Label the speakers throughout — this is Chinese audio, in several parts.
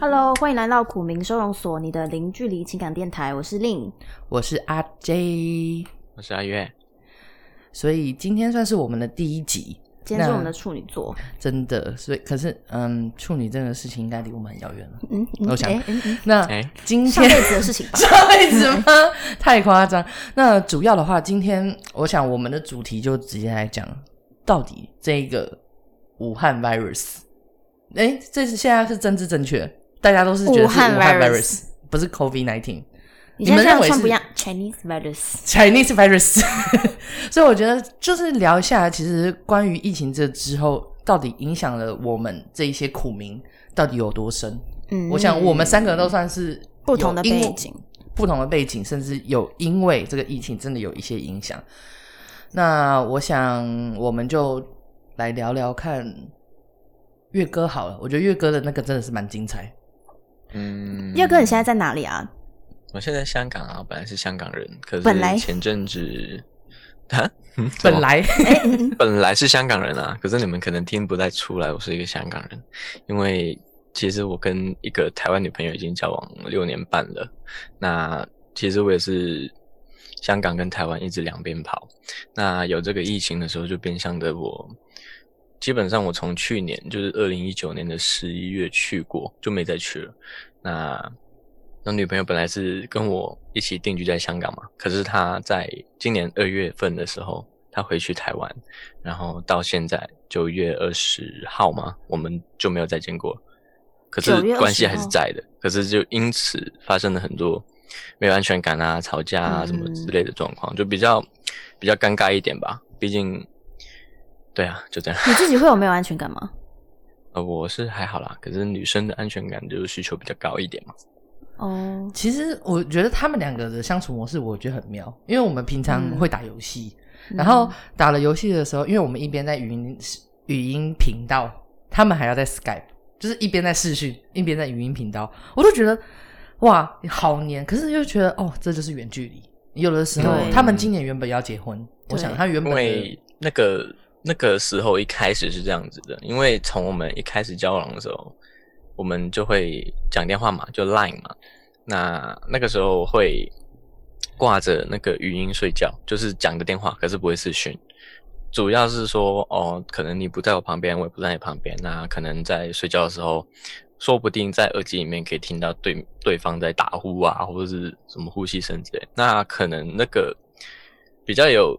Speaker 1: Hello，欢迎来到苦民收容所，你的零距离情感电台，我是令。
Speaker 2: 我是阿 J，
Speaker 3: 我是阿月，
Speaker 2: 所以今天算是我们的第一集，
Speaker 1: 今天是我们的
Speaker 2: 那
Speaker 1: 处女座，
Speaker 2: 真的。所以可是，嗯，处女这个事情应该离我们很遥 远了。
Speaker 1: 嗯，嗯
Speaker 2: 我想
Speaker 1: 诶嗯嗯
Speaker 2: 那
Speaker 3: 哎
Speaker 2: 今
Speaker 1: 上辈
Speaker 2: 天
Speaker 1: 子的事情 吧。
Speaker 2: 上辈子吗？太夸张。那主要的话，今天我想我们的主题就直接来讲，到底这个武汉 virus，哎、这是现在是政治正确，大家都是觉得是
Speaker 1: 武
Speaker 2: 武
Speaker 1: 汉
Speaker 2: 汉 virus，,
Speaker 1: virus
Speaker 2: 不是 COVID nineteen。
Speaker 1: 你现在这样
Speaker 2: 认为
Speaker 1: 算
Speaker 2: 是
Speaker 1: 不一样，Chinese virus。
Speaker 2: Chinese virus，所以我觉得就是聊一下，其实关于疫情这之后，到底影响了我们这一些苦民到底有多深？
Speaker 1: 嗯
Speaker 2: 我想我们三个都算是
Speaker 1: 不同的
Speaker 2: 有因
Speaker 1: 背景，
Speaker 2: 不同的背景，甚至有因为这个疫情真的有一些影响。那我想我们就来聊聊看月哥好了，我觉得月哥的那个真的是蛮精彩。
Speaker 3: 嗯，
Speaker 1: 耀哥，你现在在哪里啊？
Speaker 3: 我现在香港啊，我本来是香港人，可
Speaker 1: 本来
Speaker 3: 是前阵子啊，嗯怎
Speaker 2: 本
Speaker 3: 么
Speaker 2: 来
Speaker 3: 本来是香港人啊，可是你们可能听不太出来我是一个香港人，因为其实我跟一个台湾女朋友已经交往六年半了。那其实我也是香港跟台湾一直两边跑。那有这个疫情的时候，就变相的我，基本上我从去年就是二零一九年的十一月去过，就没再去了。那那女朋友本来是跟我一起定居在香港嘛，可是她在今年二月份的时候，她回去台湾，然后到现在九月二十号嘛，我们就没有再见过了。可是
Speaker 1: 9月20
Speaker 3: 关系还是
Speaker 1: 号
Speaker 3: 在的，可是就因此发生了很多没有安全感啊、吵架啊
Speaker 1: 嗯
Speaker 3: 什么之类的状况，就比较比较尴尬一点吧。毕竟，对啊，就这样。
Speaker 1: 你自己会有没有安全感吗？
Speaker 3: 呃，我是还好啦，可是女生的安全感就是需求比较高一点嘛。
Speaker 1: 哦，
Speaker 2: 其实我觉得他们两个的相处模式，我觉得很妙，因为我们平常
Speaker 1: 嗯
Speaker 2: 会打游戏，
Speaker 1: 嗯
Speaker 2: 然后打了游戏的时候，因为我们一边在语音语音频道，他们还要在 Skype，就是一边在视讯，一边在语音频道，我都觉得哇，好黏。可是又觉得哦，这就是远距离。有的时候
Speaker 1: 对，
Speaker 2: 他们今年原本要结婚，我想
Speaker 1: 对
Speaker 2: 他原
Speaker 3: 因
Speaker 2: 本
Speaker 3: 为
Speaker 2: 的
Speaker 3: 那个那个时候一开始是这样子的，因为从我们一开始交往的时候，我们就会讲电话嘛，就 Line 嘛。那那个时候会挂着那个语音睡觉，就是讲个电话，可是不会视讯。主要是说，哦，可能你不在我旁边，我也不在你旁边，那可能在睡觉的时候，说不定在耳机里面可以听到对对方在打呼啊，或者是什么呼吸声之类。那可能那个比较有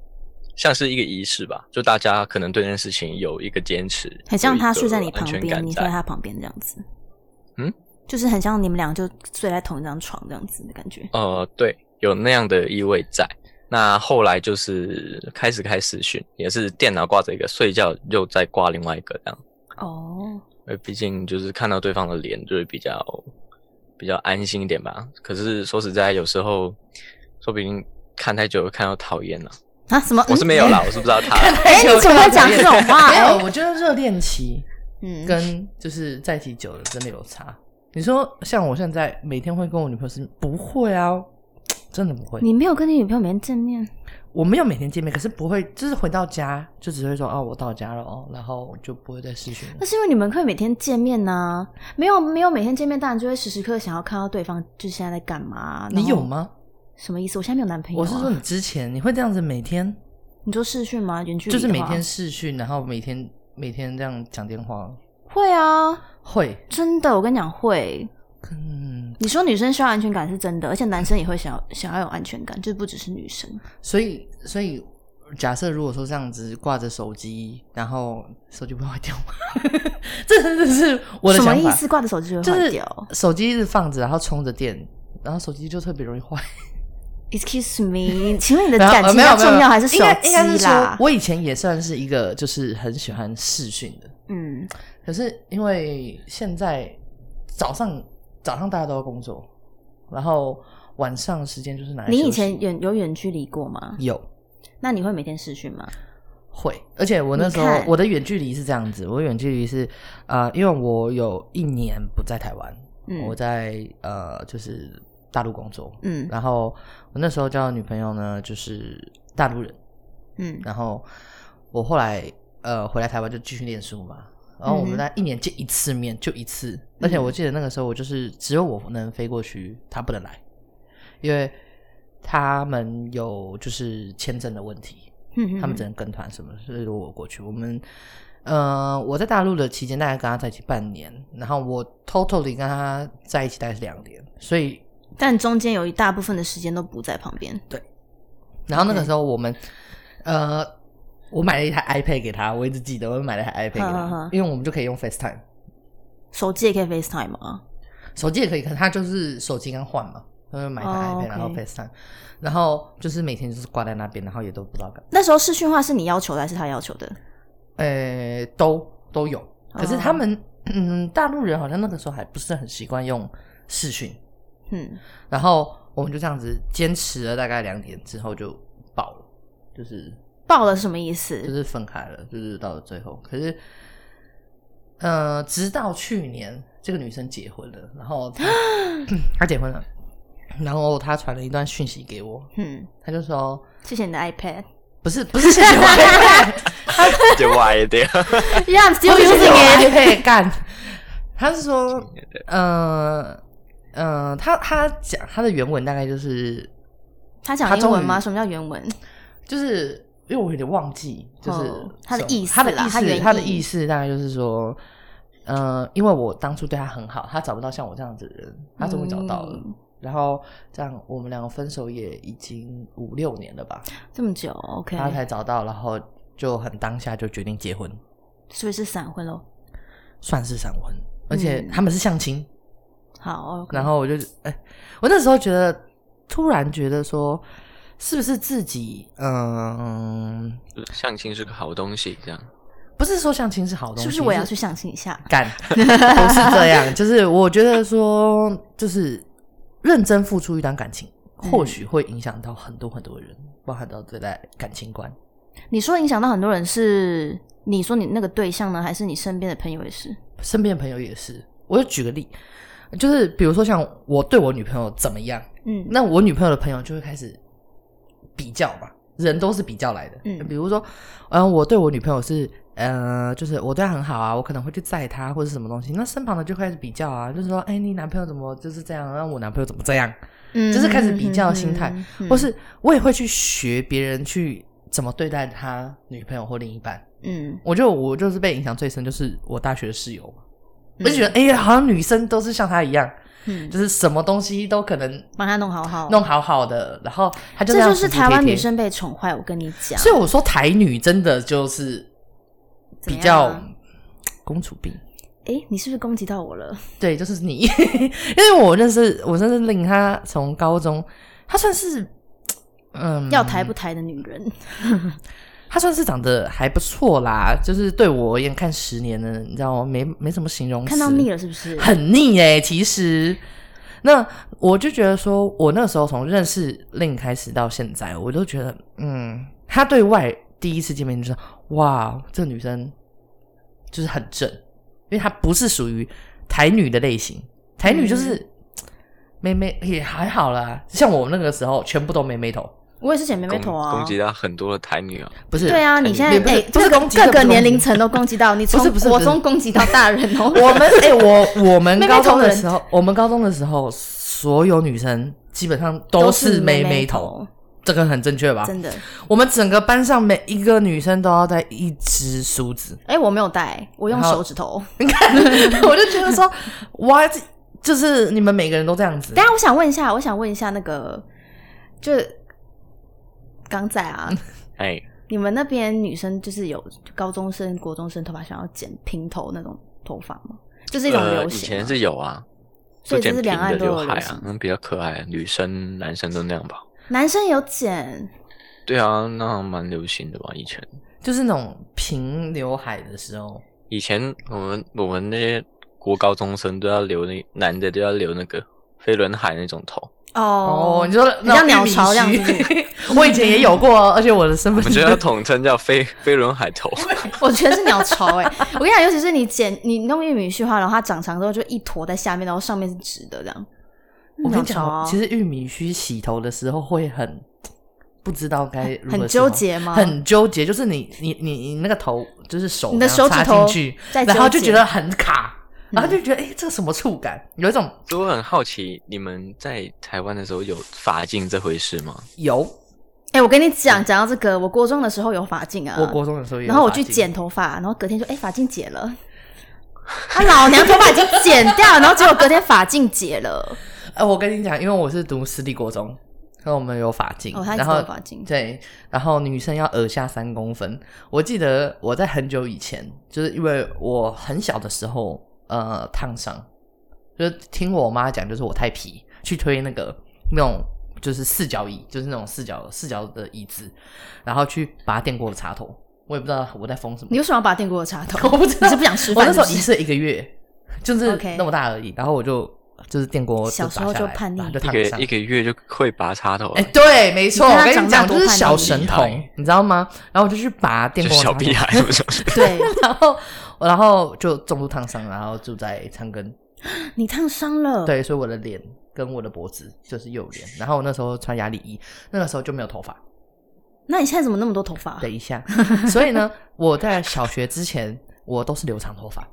Speaker 3: 像是一个仪式吧，就大家可能对那件事情有一个坚持，
Speaker 1: 很像他
Speaker 3: 有一个
Speaker 1: 睡在你旁
Speaker 3: 安全
Speaker 1: 边，
Speaker 3: 感
Speaker 1: 你睡
Speaker 3: 在
Speaker 1: 在他旁边这样子。
Speaker 3: 嗯，
Speaker 1: 就是很像你们俩就睡在同一张床这样子的感觉。
Speaker 3: 呃，对，有那样的意味在。那后来就是开始开视讯，也是电脑挂着一个，睡觉又再挂另外一个这样。
Speaker 1: 哦，
Speaker 3: 呃，毕竟就是看到对方的脸，就是比较比较安心一点吧。可是说实在，有时候说不定看太久会看到讨厌了。
Speaker 1: 啊什么？
Speaker 3: 我是没有啦，我是不知道他。
Speaker 1: 哎，你怎么会讲这种话？
Speaker 2: 没
Speaker 1: 哎
Speaker 2: 有，我觉得热恋期
Speaker 1: 嗯，
Speaker 2: 跟就是在一起久了真的有差。你说像我现在每天会跟我女朋友是不会啊，真的不会。
Speaker 1: 你没有跟你女朋友每天见面，
Speaker 2: 我没有每天见面，可是不会，就是回到家就只会说哦，我到家了哦，然后就不会再视讯了
Speaker 1: 那。是因为你们可以每天见面呐、没有没有每天见面，当然就会时时刻刻想要看到对方，就是现在在干嘛。然后
Speaker 2: 你有？吗？
Speaker 1: 什么意思？我现在没有男朋友、啊。
Speaker 2: 我是说，你之前你会这样子每天
Speaker 1: 你说视讯吗？远距离啊
Speaker 2: 就是
Speaker 1: 的
Speaker 2: 每
Speaker 1: 话
Speaker 2: 天视讯，然后每天每天这样讲电话，
Speaker 1: 会啊，
Speaker 2: 会
Speaker 1: 真的，我跟你讲会。
Speaker 2: 嗯，
Speaker 1: 你说女生需要安全感是真的，而且男生也会想要想要有安全感，就不只是女生。
Speaker 2: 所以所以假设如果说这样子挂着手机，然后手机不会坏掉吗？ 这真的是我的
Speaker 1: 什么
Speaker 2: 想
Speaker 1: 意
Speaker 2: 法，
Speaker 1: 思？挂着手机就
Speaker 2: 就
Speaker 1: 会坏
Speaker 2: 是
Speaker 1: 掉、
Speaker 2: 手机一直放着，然后充着电，然后手机就特别容易坏。
Speaker 1: Excuse me，请问你的
Speaker 2: 然后
Speaker 1: 感
Speaker 2: 呃
Speaker 1: 情
Speaker 2: 没有
Speaker 1: 要
Speaker 2: 没有
Speaker 1: 重要还是手
Speaker 2: 应该应该是
Speaker 1: 机
Speaker 2: 说
Speaker 1: 啦，？
Speaker 2: 我以前也算是一个就是很喜欢视讯的，
Speaker 1: 嗯，
Speaker 2: 可是因为现在早上早上大家都要工作，然后晚上时间就是拿来
Speaker 1: 你以
Speaker 2: 休息
Speaker 1: 前远有远距离过吗？
Speaker 2: 有
Speaker 1: 那你会每天视讯吗？
Speaker 2: 会，而且我那时候
Speaker 1: 你看
Speaker 2: 我的远距离是这样子，我远距离是呃，因为我有一年不在台湾，
Speaker 1: 嗯，
Speaker 2: 我在呃就是大陆工作，
Speaker 1: 嗯
Speaker 2: 然后我那时候交的女朋友呢就是大陆人。
Speaker 1: 嗯
Speaker 2: 然后我后来呃回来台湾就继续念书嘛，然后我
Speaker 1: 嗯哼嗯
Speaker 2: 们大概一年见一次面，就一次。而且我记得那个时候，我就是只有我能飞过去，他不能来，因为他们有就是签证的问题，
Speaker 1: 嗯
Speaker 2: 他们只能跟团什么，所以如果我过去，我们。呃，我在大陆的期间大概跟他在一起半年，然后我 totally 跟他在一起大概是两年，所以
Speaker 1: 嗯但中间有一大部分的时间都不在旁边。
Speaker 2: 然后那
Speaker 1: 嗯
Speaker 2: 个时候我们，呃，我买了一台 iPad 给他，我一直记得我买了一台 iPad 给他，
Speaker 1: 好好好
Speaker 2: 因为我们就可以用 FaceTime，
Speaker 1: 手机也可以 FaceTime 吗？
Speaker 2: 手机也可以，可是他就是手机刚换嘛，他就买一台
Speaker 1: 哦
Speaker 2: iPad，、然后
Speaker 1: OK
Speaker 2: FaceTime，然后就是每天就是挂在那边，然后也都不知道干嘛，
Speaker 1: 那时候视讯化是你要求的还是他要求的？
Speaker 2: 呃，都都
Speaker 1: 哦
Speaker 2: 有，可是他们、嗯，大陆人好像那个时候还不是很习惯用视讯，
Speaker 1: 嗯，
Speaker 2: 然后我们就这样子坚持了大概两点之后就爆了，就是
Speaker 1: 爆了什么意
Speaker 2: 就
Speaker 1: 思？
Speaker 2: 是分开了，就是到了最后。可是，呃，直到去年这个女生结婚了，然后她她结婚了，然后她传了一段讯息给我，
Speaker 1: 嗯，
Speaker 2: 她就说
Speaker 1: 谢谢你的 iPad。
Speaker 2: 不是不是谢谢我 iPad，
Speaker 3: 就歪掉。
Speaker 1: Yeah, I'm
Speaker 2: 不
Speaker 1: still
Speaker 2: 是谢
Speaker 1: using
Speaker 2: 谢我
Speaker 1: it.
Speaker 2: iPad 干，她是说呃呃，她她讲她的原文大概就是
Speaker 1: 他讲
Speaker 2: 他
Speaker 1: 英
Speaker 2: 终
Speaker 1: 文
Speaker 2: 于
Speaker 1: 吗？什么叫原文？
Speaker 2: 就是因为我有点忘记，就是、
Speaker 1: 哦他的
Speaker 2: 什么
Speaker 1: 意思
Speaker 2: 他的
Speaker 1: 啦
Speaker 2: 意
Speaker 1: 他原
Speaker 2: 思，
Speaker 1: 意
Speaker 2: 他的意思大概就是说，呃，因为我当初对他很好，他找不到像我这样子的人，他终于找到了。
Speaker 1: 嗯
Speaker 2: 然后这样，我们两个分手也已经五六年了吧，
Speaker 1: 这么久，OK，
Speaker 2: 他才找到，然后就很当下就决定结婚，
Speaker 1: 所以是闪婚喽。
Speaker 2: 算是闪婚，而且
Speaker 1: 嗯
Speaker 2: 他们是相亲。
Speaker 1: 好，OK，
Speaker 2: 然后我就，哎、我那时候觉得，突然觉得说，是不是自己，嗯，
Speaker 3: 相亲是个好东西，这样
Speaker 2: 不是说相亲是好东西，
Speaker 1: 是不是我也要去相亲一下？
Speaker 2: 干， 不是这样，就是我觉得说，就是认真付出一段感情，
Speaker 1: 嗯
Speaker 2: 或许会影响到很多很多人，包含到对待感情观。
Speaker 1: 你说影响到很多人是你说你那个对象呢，还是你身边的朋友也是？
Speaker 2: 身边的朋友也是，我就举个例，就是比如说像我对我女朋友怎么样，
Speaker 1: 嗯，
Speaker 2: 那我女朋友的朋友就会开始比较嘛，人都是比较来的。
Speaker 1: 嗯
Speaker 2: 比如说，嗯、我对我女朋友是，呃，就是我对她很好啊，我可能会去载她或者什么东西，那身旁的就开始比较啊，就是说，哎、你男朋友怎么就是这样？那我男朋友怎么这样？
Speaker 1: 嗯
Speaker 2: 就是开始比较心态
Speaker 1: 嗯嗯
Speaker 2: 或是我也会去学别人去怎么对待他女朋友或另一半。
Speaker 1: 嗯，
Speaker 2: 我就我就是被影响最深，就是我大学的室友嘛，
Speaker 1: 嗯
Speaker 2: 我就觉得哎、呀好像女生都是像她一样，
Speaker 1: 嗯
Speaker 2: 就是什么东西都可能
Speaker 1: 帮他弄好好，
Speaker 2: 弄好好的，然后她就
Speaker 1: 这
Speaker 2: 样
Speaker 1: 就是
Speaker 2: 服服
Speaker 1: 台湾
Speaker 2: 帖帖
Speaker 1: 女。生被宠坏，我跟你讲，
Speaker 2: 所以我说台女真的就是
Speaker 1: 怎
Speaker 2: 比
Speaker 1: 么
Speaker 2: 较
Speaker 1: 样啊
Speaker 2: 公主病。
Speaker 1: 诶，你是不是攻击到我了？
Speaker 2: 对，就是你， 因为我认识我认识令她从高中，她算是嗯
Speaker 1: 要抬不抬的女人，
Speaker 3: 嗯
Speaker 2: 她算是长得还不错啦，就是对我而言看十年了，你知道吗？没没什么形容词，
Speaker 1: 看到腻了是不是？
Speaker 2: 很腻哎、其实，那我就觉得说，我那时候从认识令开始到现在，我都觉得，嗯，她对外第一次见面就说，哇，这女生就是很正，因为她不是属于台女的类型，台女就是。
Speaker 1: 嗯
Speaker 2: 妹妹也还好啦，像我那个时候全部都妹妹头，
Speaker 1: 我也是剪妹妹
Speaker 3: 攻
Speaker 1: 头啊，
Speaker 3: 攻击到很多的台女啊，
Speaker 2: 不是
Speaker 1: 对啊，你现在
Speaker 2: 也不是
Speaker 1: 诶，
Speaker 2: 不是
Speaker 1: 各
Speaker 2: 攻击
Speaker 1: 各
Speaker 2: 这不
Speaker 1: 个
Speaker 2: 是攻
Speaker 1: 年
Speaker 2: 击
Speaker 1: 龄层都攻击到你，从
Speaker 2: 不是不是
Speaker 1: 国
Speaker 2: 不是
Speaker 1: 中攻击到大人哦，
Speaker 2: 我们 哎、我我们
Speaker 1: 妹妹
Speaker 2: 高中
Speaker 1: 头
Speaker 2: 的
Speaker 1: 人
Speaker 2: 时候，我们高中的时候，所有女生基本上都是妹
Speaker 1: 妹
Speaker 2: 妹头，，啊这个很正确吧？
Speaker 1: 真的。
Speaker 2: 我们整个班上每一个女生都要带一支梳 子，
Speaker 1: 诶，哎我没有带，我用
Speaker 2: 然后
Speaker 1: 手指头。
Speaker 2: 你看，我就觉得说，哇，这就是你们每个人都这样子
Speaker 1: 等一，下我想问一下，我想问一下那个，就是刚仔啊，
Speaker 2: 嗯
Speaker 3: 哎，
Speaker 1: 你们那边女生就是有高中生、国中生头发想要剪平头那种头发吗？就是一种
Speaker 3: 呃
Speaker 1: 流
Speaker 3: 以
Speaker 1: 行吗、
Speaker 3: 前是有啊，
Speaker 1: 所以
Speaker 3: 就
Speaker 1: 这
Speaker 3: 剪
Speaker 1: 是两
Speaker 3: 平
Speaker 1: 岸
Speaker 3: 的
Speaker 1: 都有
Speaker 3: 刘
Speaker 1: 流
Speaker 3: 海啊
Speaker 1: 行，
Speaker 3: 嗯，比较可爱，女生男生都那样吧。
Speaker 1: 男生有剪，
Speaker 3: 对啊，那好像蛮流行的吧？以前，
Speaker 2: 就是那种平刘海的时候，
Speaker 3: 以前我们我们那些国高中生都要留那男的都要留那个飞轮海那种头，
Speaker 1: 哦
Speaker 2: 哦，你说
Speaker 1: 比较
Speaker 2: 那种
Speaker 1: 鸟
Speaker 2: 玉米
Speaker 1: 巢这样
Speaker 2: 须
Speaker 1: 子。
Speaker 2: 我以前也有过，而且我的身
Speaker 3: 我
Speaker 2: 份
Speaker 3: 们就
Speaker 2: 证
Speaker 3: 要统称叫飞飞轮海头。
Speaker 1: 我觉得是鸟巢哎、我跟你讲，尤其是你剪你弄玉米须花，然后它长长之后就一坨在下面，然后上面是直的这样。
Speaker 2: 我跟
Speaker 1: 鸟
Speaker 2: 你
Speaker 1: 巢
Speaker 2: 讲，哦
Speaker 1: 啊
Speaker 2: 其实玉米须洗头的时候会很不知道该如何
Speaker 1: 很
Speaker 2: 是好
Speaker 1: 纠结吗
Speaker 2: 很纠结，就是你你你你那个头就是手
Speaker 1: 你的
Speaker 2: 这样
Speaker 1: 手指
Speaker 2: 插
Speaker 1: 头
Speaker 2: 进去，
Speaker 1: 在
Speaker 2: 然后
Speaker 1: 纠
Speaker 2: 就
Speaker 1: 结嗯
Speaker 2: 觉得很卡，然后就觉得哎、诶这个什么触感，有一种
Speaker 3: 所以我很好奇，你们在台湾的时候有法镜这回事吗？
Speaker 2: 油。
Speaker 1: 哎、我跟你讲，讲到这个，我国中的时候有发镜啊，
Speaker 2: 我国中的时候也有
Speaker 1: 然后我去
Speaker 2: 发髻
Speaker 1: 剪，头发，然后隔天就哎发镜解了，啊老娘头发已经剪掉了，然后结果隔天发镜解了，
Speaker 2: 呃，我跟你讲，因为我是读私立国中，然后我们有发镜，
Speaker 1: 哦他一直
Speaker 2: 然后
Speaker 1: 都有发镜
Speaker 2: 对，然后女生要耳下三公分。我记得我在很久以前，就是因为我很小的时候，呃，烫伤，就是听我妈讲，就是我太皮，去推那个那种就是四角椅，就是那种四角四角的椅子，然后去拔电锅的插头，我也不知道我在疯什么
Speaker 1: 你。为什么要把电锅插头？
Speaker 2: 我不知道
Speaker 1: 你是不想吃
Speaker 2: 我
Speaker 1: 饭
Speaker 2: 那时候
Speaker 1: 是不
Speaker 2: 一
Speaker 1: 是
Speaker 2: 岁一个月，就是
Speaker 1: OK
Speaker 2: 那么大而已。然后我就就是电锅就
Speaker 1: 小时候
Speaker 2: 拔下来
Speaker 1: 就叛逆
Speaker 2: 然后就
Speaker 3: 一
Speaker 2: 烫
Speaker 3: 个
Speaker 2: 伤
Speaker 3: 一。个月就会拔插头啊
Speaker 2: 哎、
Speaker 3: 了，
Speaker 2: 对，没错，
Speaker 1: 你
Speaker 2: 我
Speaker 1: 看他
Speaker 2: 跟你
Speaker 1: 长大
Speaker 2: 讲，
Speaker 1: 多
Speaker 2: 就是
Speaker 1: 叛逆
Speaker 2: 小神
Speaker 3: 厉
Speaker 2: 童
Speaker 3: 害，
Speaker 2: 你知道吗？然后我就去拔电
Speaker 3: 就
Speaker 2: 锅，
Speaker 3: 小屁， 孩，不是？
Speaker 1: 对
Speaker 2: 然后我然后就重度烫伤，然后住在长庚。
Speaker 1: 嗯你烫伤了，，
Speaker 2: 对，所以我的脸跟我的脖子就是右脸。然后我那时候穿压力衣，那个时候就没有头发。
Speaker 1: 啊那你现在怎么那么多头发？
Speaker 2: 等一下，所以呢，我在小学之前我都是留长头发，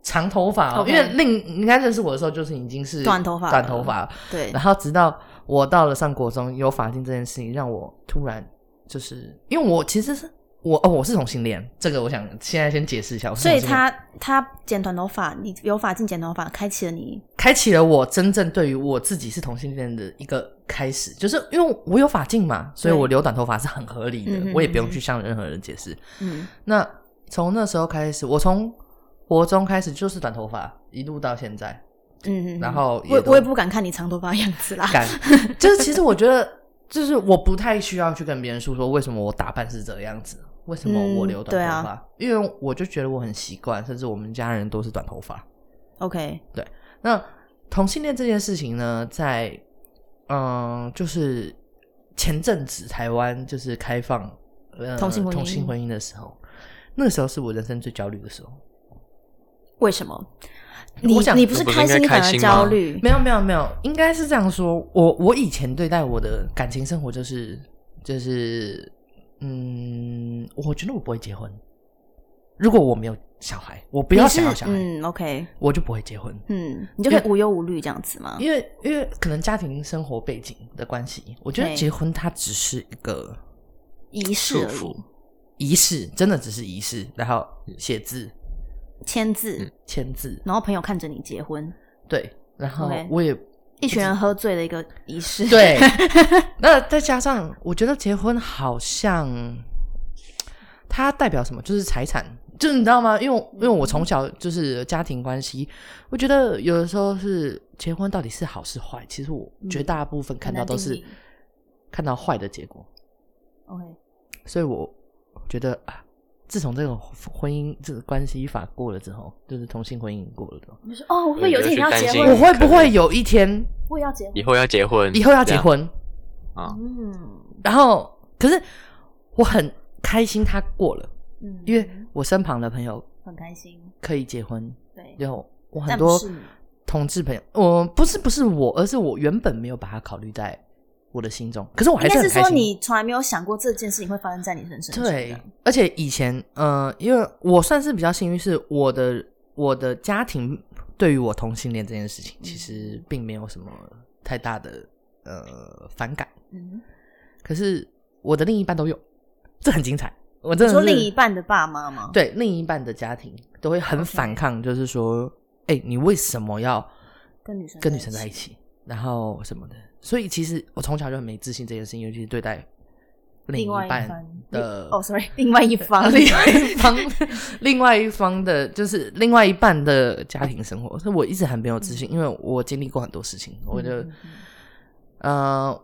Speaker 2: 长头发、哦
Speaker 1: OK
Speaker 2: 因为另你看认识我的时候就是已经是
Speaker 1: 短头发了
Speaker 2: 短头发了。
Speaker 1: 对
Speaker 2: 然后直到我到了上国中有发型这件事情，让我突然就是因为我其实是我哦我是同性恋，这个我想现在先解释一下。我是
Speaker 1: 所以
Speaker 2: 同性恋
Speaker 1: 他他剪短头发，你有发镜剪短头发，开启了你
Speaker 2: 开启了我真正对于我自己是同性恋的一个开始，就是因为我有发镜嘛，所以
Speaker 1: 对
Speaker 2: 我留短头发是很合理
Speaker 1: 嗯
Speaker 2: 的，
Speaker 1: 哼
Speaker 2: 我也不用去向任何人解释。
Speaker 1: 嗯
Speaker 2: 那从那时候开始，我从国中开始就是短头发，一路到现在，
Speaker 1: 嗯，嗯
Speaker 2: 然后也
Speaker 1: 我
Speaker 2: 都
Speaker 1: 我也不敢看你长头发的样 子啦，
Speaker 2: 干，就是其实我觉得，就是我不太需要去跟别人诉说为什么我打扮是这个样子，为什么我留短头
Speaker 1: 嗯对
Speaker 2: 发，因为我就觉得我很习惯，甚至我们家人都是短头发。
Speaker 1: OK，
Speaker 2: 那同性恋这件事情呢，在嗯，就是前阵子台湾就是开放、呃、
Speaker 1: 同性婚姻
Speaker 2: 同性婚姻的时候，那个时候是我人生最焦虑的时候。
Speaker 1: 为什么？你
Speaker 2: 想
Speaker 1: 你不是
Speaker 3: 那不是应
Speaker 1: 开
Speaker 3: 该
Speaker 1: 心，你反
Speaker 3: 开
Speaker 1: 而
Speaker 3: 心
Speaker 1: 焦
Speaker 3: 吗
Speaker 1: 虑，
Speaker 2: 没有没有没有，应该是这样说。我我以前对待我的感情生活就是就是嗯，我觉得我不会结婚。如果我没有小孩，我不
Speaker 1: 不
Speaker 2: 要想要小孩，
Speaker 1: 嗯，OK，
Speaker 2: 我就不会结婚。
Speaker 1: 嗯，啊你就可以
Speaker 2: 因为
Speaker 1: 无忧无虑这样子吗？
Speaker 2: 因为因为可能家庭生活背景的关系，我觉得
Speaker 1: 对
Speaker 2: 结婚它只是一个
Speaker 1: 仪式而
Speaker 3: 束缚
Speaker 1: 已，，
Speaker 2: 仪式，真的只是仪式，然后写字、
Speaker 1: 签字，
Speaker 2: 签字，
Speaker 1: 然后朋友看着你结婚，
Speaker 2: 对，然后
Speaker 1: OK
Speaker 2: 我也
Speaker 1: 一群人喝醉的一个仪 式，
Speaker 2: 对，那再加上我觉得结婚好像它代表什么，就是财产，就是你知道吗？因为我因为我
Speaker 1: 嗯
Speaker 2: 从小就是家庭关系，我觉得有的时候是结婚到底是好是坏，其实我绝大部分看到
Speaker 1: 嗯
Speaker 2: 都
Speaker 1: 很
Speaker 2: 是
Speaker 1: 难定义
Speaker 2: 看到坏的结果。
Speaker 1: ，OK，
Speaker 2: 所以我觉得啊，自从这个婚姻这个关系法过了之后，就是同性婚姻过了之后，
Speaker 1: 你就说哦，我会有一天
Speaker 3: 你就
Speaker 1: 要
Speaker 3: 去
Speaker 1: 结
Speaker 3: 担心
Speaker 2: 我
Speaker 1: 婚，
Speaker 2: 会不会有一天
Speaker 1: 我也要结婚
Speaker 3: 以，后要结婚，
Speaker 2: 以后要结婚？
Speaker 3: 啊，
Speaker 1: 嗯
Speaker 2: 然后可是我很开心他过了，
Speaker 1: 嗯，
Speaker 2: 因为我身旁的朋友
Speaker 1: 很开心，
Speaker 2: 可以结婚，
Speaker 1: 对，
Speaker 2: 然后我很
Speaker 1: 但不
Speaker 2: 多
Speaker 1: 是你
Speaker 2: 同志朋友，我不是不是我，而是我原本没有把它考虑在我的心中，可是我还
Speaker 1: 应
Speaker 2: 是
Speaker 1: 该
Speaker 2: 很
Speaker 1: 是
Speaker 2: 开心。
Speaker 1: 说你从来没有想过这件事情会发生在你身上，这
Speaker 2: 对
Speaker 1: 样，
Speaker 2: 而且以前，呃，因为我算是比较幸运，是我的我的家庭对于我同性恋这件事情，其实并没有什么太大的呃反感。
Speaker 1: 嗯，
Speaker 2: 可是我的另一半都有，这很精彩。我真
Speaker 1: 你
Speaker 2: 的
Speaker 1: 说
Speaker 2: 是
Speaker 1: 另一半的爸妈吗？
Speaker 2: 对另一半的家庭都会很反抗，就是说，哎、你为什么要
Speaker 1: 跟女生
Speaker 2: 跟女生在一
Speaker 1: 起，
Speaker 2: 起，然后什么的？所以其实我从小就很没自信这件事情，尤其是对待另
Speaker 1: 另外一
Speaker 2: 半
Speaker 1: 方
Speaker 2: 的
Speaker 1: 哦，sorry，另 外一方，
Speaker 2: 另外 一方，另外一方的，就是另外一半的家庭生活，所以我一直很没有自信，因为我经历过很多事情，我就，
Speaker 1: 嗯
Speaker 2: 呃，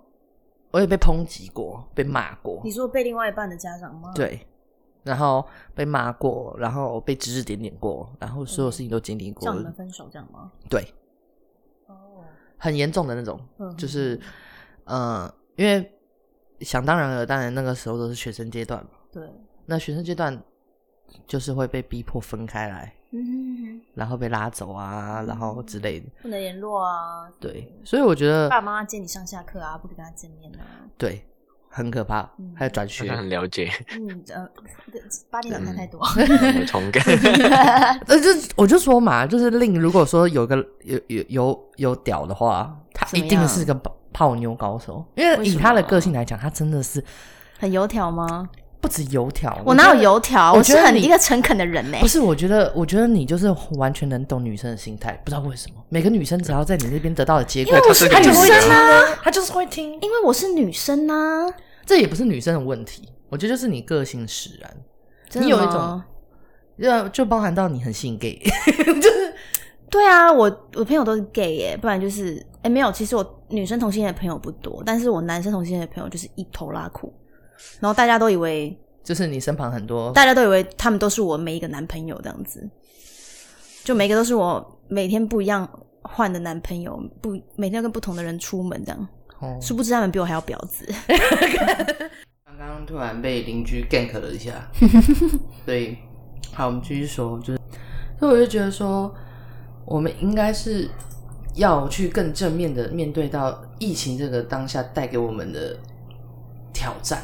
Speaker 2: 我也被抨击过，被骂过
Speaker 1: 你，说被另外一半的家长吗？，
Speaker 2: 对，然后被骂过，然后被指指点点过，然后所有事情都经历过
Speaker 1: 叫你，们分手嗯这样吗？
Speaker 2: 对，
Speaker 1: 哦，
Speaker 2: 很严重的那种，
Speaker 1: 嗯
Speaker 2: 就是，呃，因为想当然了，当然那个时候都是学生阶段嘛，
Speaker 1: 对，
Speaker 2: 那学生阶段就是会被逼迫分开来。
Speaker 1: 嗯，
Speaker 2: 然后被拉走啊，然后之类的。
Speaker 1: 不能联络啊，
Speaker 2: 对，所以我觉得
Speaker 1: 爸妈接你上下课啊，不跟他见面啊，
Speaker 2: 对，很可怕
Speaker 1: 嗯，
Speaker 2: 还有转
Speaker 3: 他
Speaker 2: 学，
Speaker 3: 啊很了解，嗯
Speaker 1: 嗯呃，八点档看太多，
Speaker 2: 嗯
Speaker 3: 有同感。
Speaker 2: 呃，就是我就说嘛，就是令如果说有个有有有有屌的话，他
Speaker 1: 怎
Speaker 2: 一
Speaker 1: 么
Speaker 2: 定
Speaker 1: 样
Speaker 2: 是个泡泡妞高手，因为
Speaker 1: 为
Speaker 2: 以
Speaker 1: 什
Speaker 2: 他的
Speaker 1: 么啊
Speaker 2: 个性来讲，他真的是
Speaker 1: 很油条吗？
Speaker 2: 不止油条，
Speaker 1: 我哪
Speaker 2: 觉
Speaker 1: 有
Speaker 2: 得？
Speaker 1: 油条？
Speaker 2: 我
Speaker 1: 我
Speaker 2: 觉
Speaker 1: 是
Speaker 2: 得
Speaker 1: 很
Speaker 2: 你
Speaker 1: 一个诚恳的人欸呢
Speaker 2: 不。是，我觉得，我觉得你就是完全能懂女生的心态，不知道为什么，每个女生只要在你那边得到的结果，
Speaker 3: 因为我是
Speaker 2: 她就
Speaker 3: 女
Speaker 2: 会
Speaker 3: 生
Speaker 2: 听啊，她就是会听。
Speaker 1: 因为我是女生啊呐、
Speaker 2: 这也不是女生的问题，我觉得就是你个性使然，
Speaker 1: 真的
Speaker 2: 你有一
Speaker 1: 吗
Speaker 2: 种呃，就包含到你很性 gay，就是
Speaker 1: 对啊，我我朋友都是 gay 耶、不然就是哎、没有，其实我女生同性恋的朋友不多，但是我男生同性恋的朋友就是一头拉裤，然后大家都以为
Speaker 2: 就是你身旁很多
Speaker 1: 大家都以为他们都是我每一个男朋友这样子，就每个都是我每天不一样换的男朋友，不每天要跟不同的人出门这样，
Speaker 2: 哦
Speaker 1: 殊不知他们比我还要婊子。
Speaker 2: 刚刚突然被邻居 gank 了一下，对，好，我们继续说，就是，所以我就觉得说，我们应该是要去更正面的面对到疫情这个当下带给我们的挑战。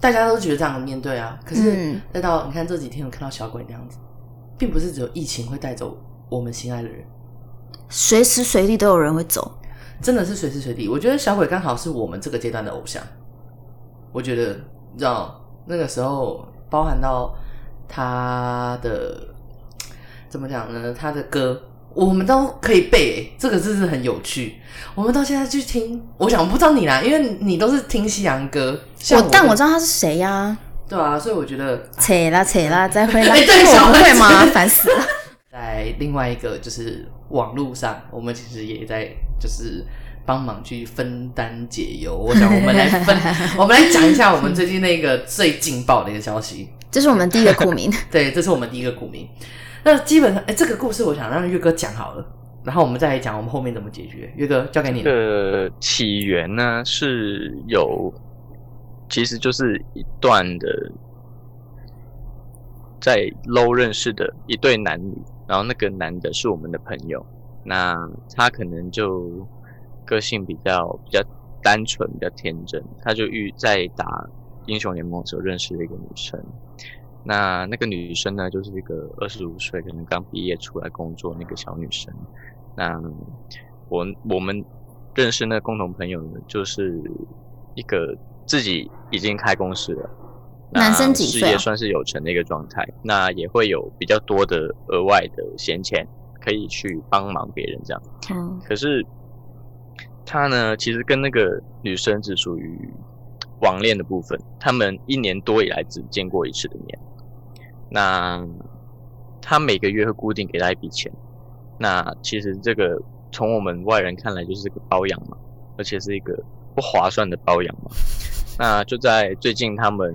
Speaker 2: 大家都觉得这样面对啊，可是
Speaker 1: 嗯
Speaker 2: 再到你看这几天，我看到小鬼那样子，并不是只有疫情会带走我们心爱的人，
Speaker 1: 随时随地都有人会走，
Speaker 2: 真的是随时随地。我觉得小鬼刚好是我们这个阶段的偶像。我觉得，你知道那个时候包含到他的怎么讲呢？他的歌我们都可以背、欸，这个真是很有趣。我们到现在去听，我想我不知道你啦，因为你都是听西洋歌。像
Speaker 1: 我但我
Speaker 2: 我
Speaker 1: 知道他是谁呀、
Speaker 2: 对啊，所以我觉得
Speaker 1: 扯啦扯啦，再回来，
Speaker 2: 哎对小
Speaker 1: 我不会吗
Speaker 2: 孩？子
Speaker 1: 烦死了。
Speaker 2: 在另外一个就是网络上，我们其实也在就是帮忙去分担解忧。我想我们来分，我们来讲一下我们最近那个最劲爆的一个消息。
Speaker 1: 这是我们第一个股民，
Speaker 2: 对，这是我们第一个股民。那基本上，哎，这个故事我想让月哥讲好了，然后我们再来讲我们后面怎么解决。月哥交给你
Speaker 3: 这
Speaker 2: 了。
Speaker 3: 个起源呢是有，其实就是一段的在 low 认识的一对男女，然后那个男的是我们的朋友，那他可能就个性比较比较单纯，比较天真，他就遇在打英雄联盟的时候认识了一个女生。那那个女生呢，就是一个二十五岁，可能刚毕业出来工作那个小女生。那我我们认识那个共同朋友呢，就是一个自己已经开公司了，那
Speaker 1: 男生几岁
Speaker 3: 事业
Speaker 1: 啊
Speaker 3: 算是有成的一个状态，那也会有比较多的额外的闲钱可以去帮忙别人这样。
Speaker 1: 嗯，
Speaker 3: 可是他呢，其实跟那个女生只属于网恋的部分，他们一年多以来只见过一次的面。那他每个月会固定给他一笔钱，那其实这个从我们外人看来就是个包养嘛，而且是一个不划算的包养嘛。那就在最近，他们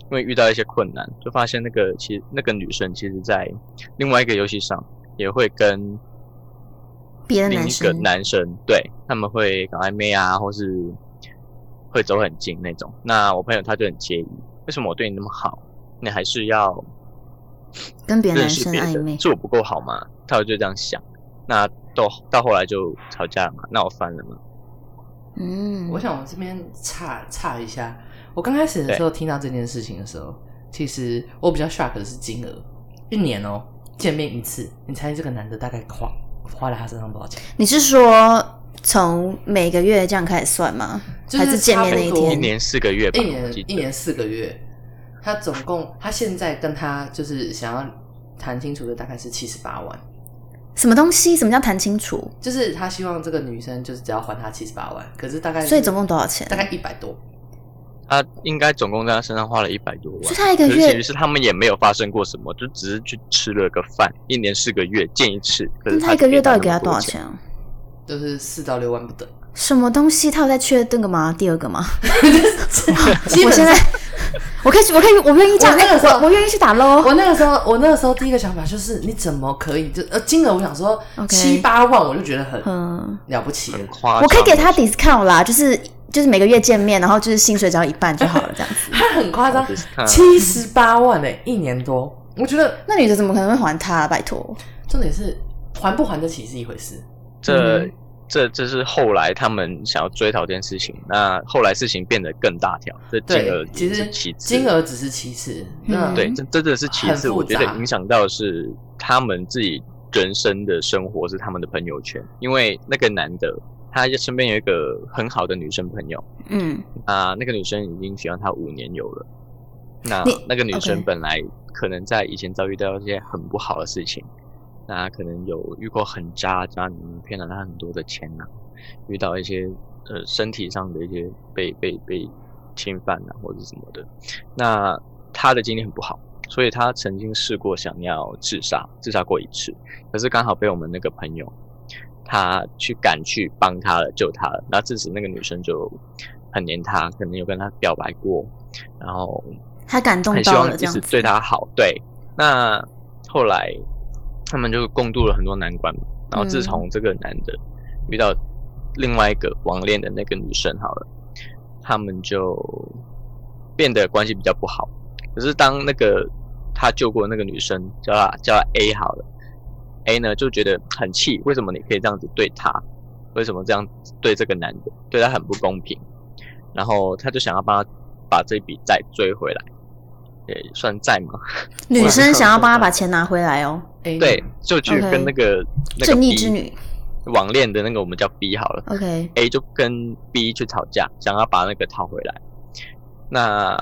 Speaker 3: 因为遇到一些困难，就发现那个其实那个女生其实，在另外一个游戏上也会跟
Speaker 1: 别的
Speaker 3: 另
Speaker 1: 男
Speaker 3: 一个
Speaker 1: 生，
Speaker 3: 男生，对他们会搞暧昧啊，或是会走很近那种。那我朋友他就很介意，为什么我对你那么好，你还是要
Speaker 1: 跟别的
Speaker 3: 认
Speaker 1: 男
Speaker 3: 识
Speaker 1: 生
Speaker 3: 别
Speaker 1: 暧昧
Speaker 3: 人？，是我不够好吗？他就这样想。那到到后来就吵架了嘛，那我翻了嘛。
Speaker 1: 嗯，
Speaker 2: 我想我这边岔岔一下，我刚开始的时候听到这件事情的时候，其实我比较 shock 的是金额，一年哦、见面一次，你猜这个男的大概花花了他身上多少钱？
Speaker 1: 你是说从每个月这样开始算吗？
Speaker 2: 就是
Speaker 1: 还是见面那一
Speaker 2: 差不多
Speaker 1: 天？
Speaker 3: 一年四个月吧，
Speaker 2: 一
Speaker 3: 我
Speaker 2: 年
Speaker 3: 记得
Speaker 2: 一年四个月，他总共他现在跟他就是想要谈清楚的大概是七十八万，
Speaker 1: 什么东西？什么叫谈清楚？
Speaker 2: 就是他希望这个女生就是只要还他七十八万，可是大概是
Speaker 1: 所以总共多少钱
Speaker 2: 大？概一百多，
Speaker 3: 他应该总共在他身上花了一百多万。
Speaker 1: 所以他一个
Speaker 3: 可是
Speaker 1: 月
Speaker 3: 其实他们也没有发生过什么，就只是去吃了个饭，一年四个月见一次。可
Speaker 1: 那
Speaker 3: 是
Speaker 1: 他一个月到底给他
Speaker 3: 他
Speaker 1: 多少
Speaker 3: 钱？
Speaker 1: 钱啊？
Speaker 2: 就是四到六万不等。
Speaker 1: 什么东西？他有在缺那个吗？第二个吗？
Speaker 2: 基
Speaker 1: 我现
Speaker 2: 本上
Speaker 1: 在，我可以，我可以，我愿意这样，
Speaker 2: 我那个时
Speaker 1: 哎
Speaker 2: 候
Speaker 1: 我我愿意去打喽。
Speaker 2: 我那个时候，我那个时候第一个想法就是，你怎么可以就呃金额？我想说
Speaker 1: OK
Speaker 2: 七八万，我就觉得很
Speaker 1: 嗯，
Speaker 2: 了不起了
Speaker 3: 很。夸张。
Speaker 1: 我可以给他 discount 啦，就是就是每个月见面，然后就是薪水只要一半就好了， 这样子。
Speaker 2: 他很夸张
Speaker 3: 我就是看，
Speaker 2: 七十八万哎、一年多，我觉得
Speaker 1: 那女的怎么可能会还他、拜托，
Speaker 2: 重点是还不还得起是一回事，
Speaker 3: 这这这是后来他们想要追讨这件事情，那后来事情变得更大条，这金额
Speaker 2: 对，
Speaker 3: 只
Speaker 2: 其
Speaker 3: 是
Speaker 2: 实
Speaker 3: 其次，
Speaker 2: 金额只是其次，
Speaker 1: 嗯
Speaker 2: 那
Speaker 3: 对，这这真的是其
Speaker 2: 很
Speaker 3: 次，
Speaker 2: 复
Speaker 3: 我觉得
Speaker 2: 杂
Speaker 3: 影响到的是他们自己人生的生活，是他们的朋友圈，因为那个男的他身边有一个很好的女生朋友，
Speaker 1: 嗯，
Speaker 3: 啊，那个女生已经喜欢他五年有了。那
Speaker 1: 你
Speaker 3: 那个女生
Speaker 1: OK
Speaker 3: 本来可能在以前遭遇到一些很不好的事情，那可能有遇过很渣的渣女，骗了他很多的钱呐、遇到一些呃身体上的一些被被被侵犯呐、或者什么的。那他的经历很不好，所以他曾经试过想要自杀，自杀过一次，可是刚好被我们那个朋友他去赶去帮他了，救他了。然后自此那个女生就很黏他，可能有跟他表白过，然后
Speaker 1: 他感动
Speaker 3: 很希
Speaker 1: 到
Speaker 3: 望
Speaker 1: 了这
Speaker 3: 一
Speaker 1: 样
Speaker 3: 直
Speaker 1: 子，
Speaker 3: 对他好。对，那后来他们就共度了很多难关嘛。然后自从这个男的遇到另外一个网恋的那个女生，好了，他们就变得关系比较不好。可是当那个他救过那个女生，叫她叫她 A 好了，A 呢就觉得很气，为什么你可以这样子对她？为什么这样子对这个男的，对他很不公平？然后他就想要帮他把这笔债追回来，也算债嘛？
Speaker 1: 女生想要帮他把钱拿回来哦，
Speaker 2: 哎
Speaker 3: 对，就去
Speaker 1: OK
Speaker 3: 跟那个那个
Speaker 1: 正义
Speaker 3: B
Speaker 1: 之女
Speaker 3: 网恋的那个我们叫 B 好了。
Speaker 1: ，OK，
Speaker 3: A 就跟 B 去吵架，想要把那个讨回来。那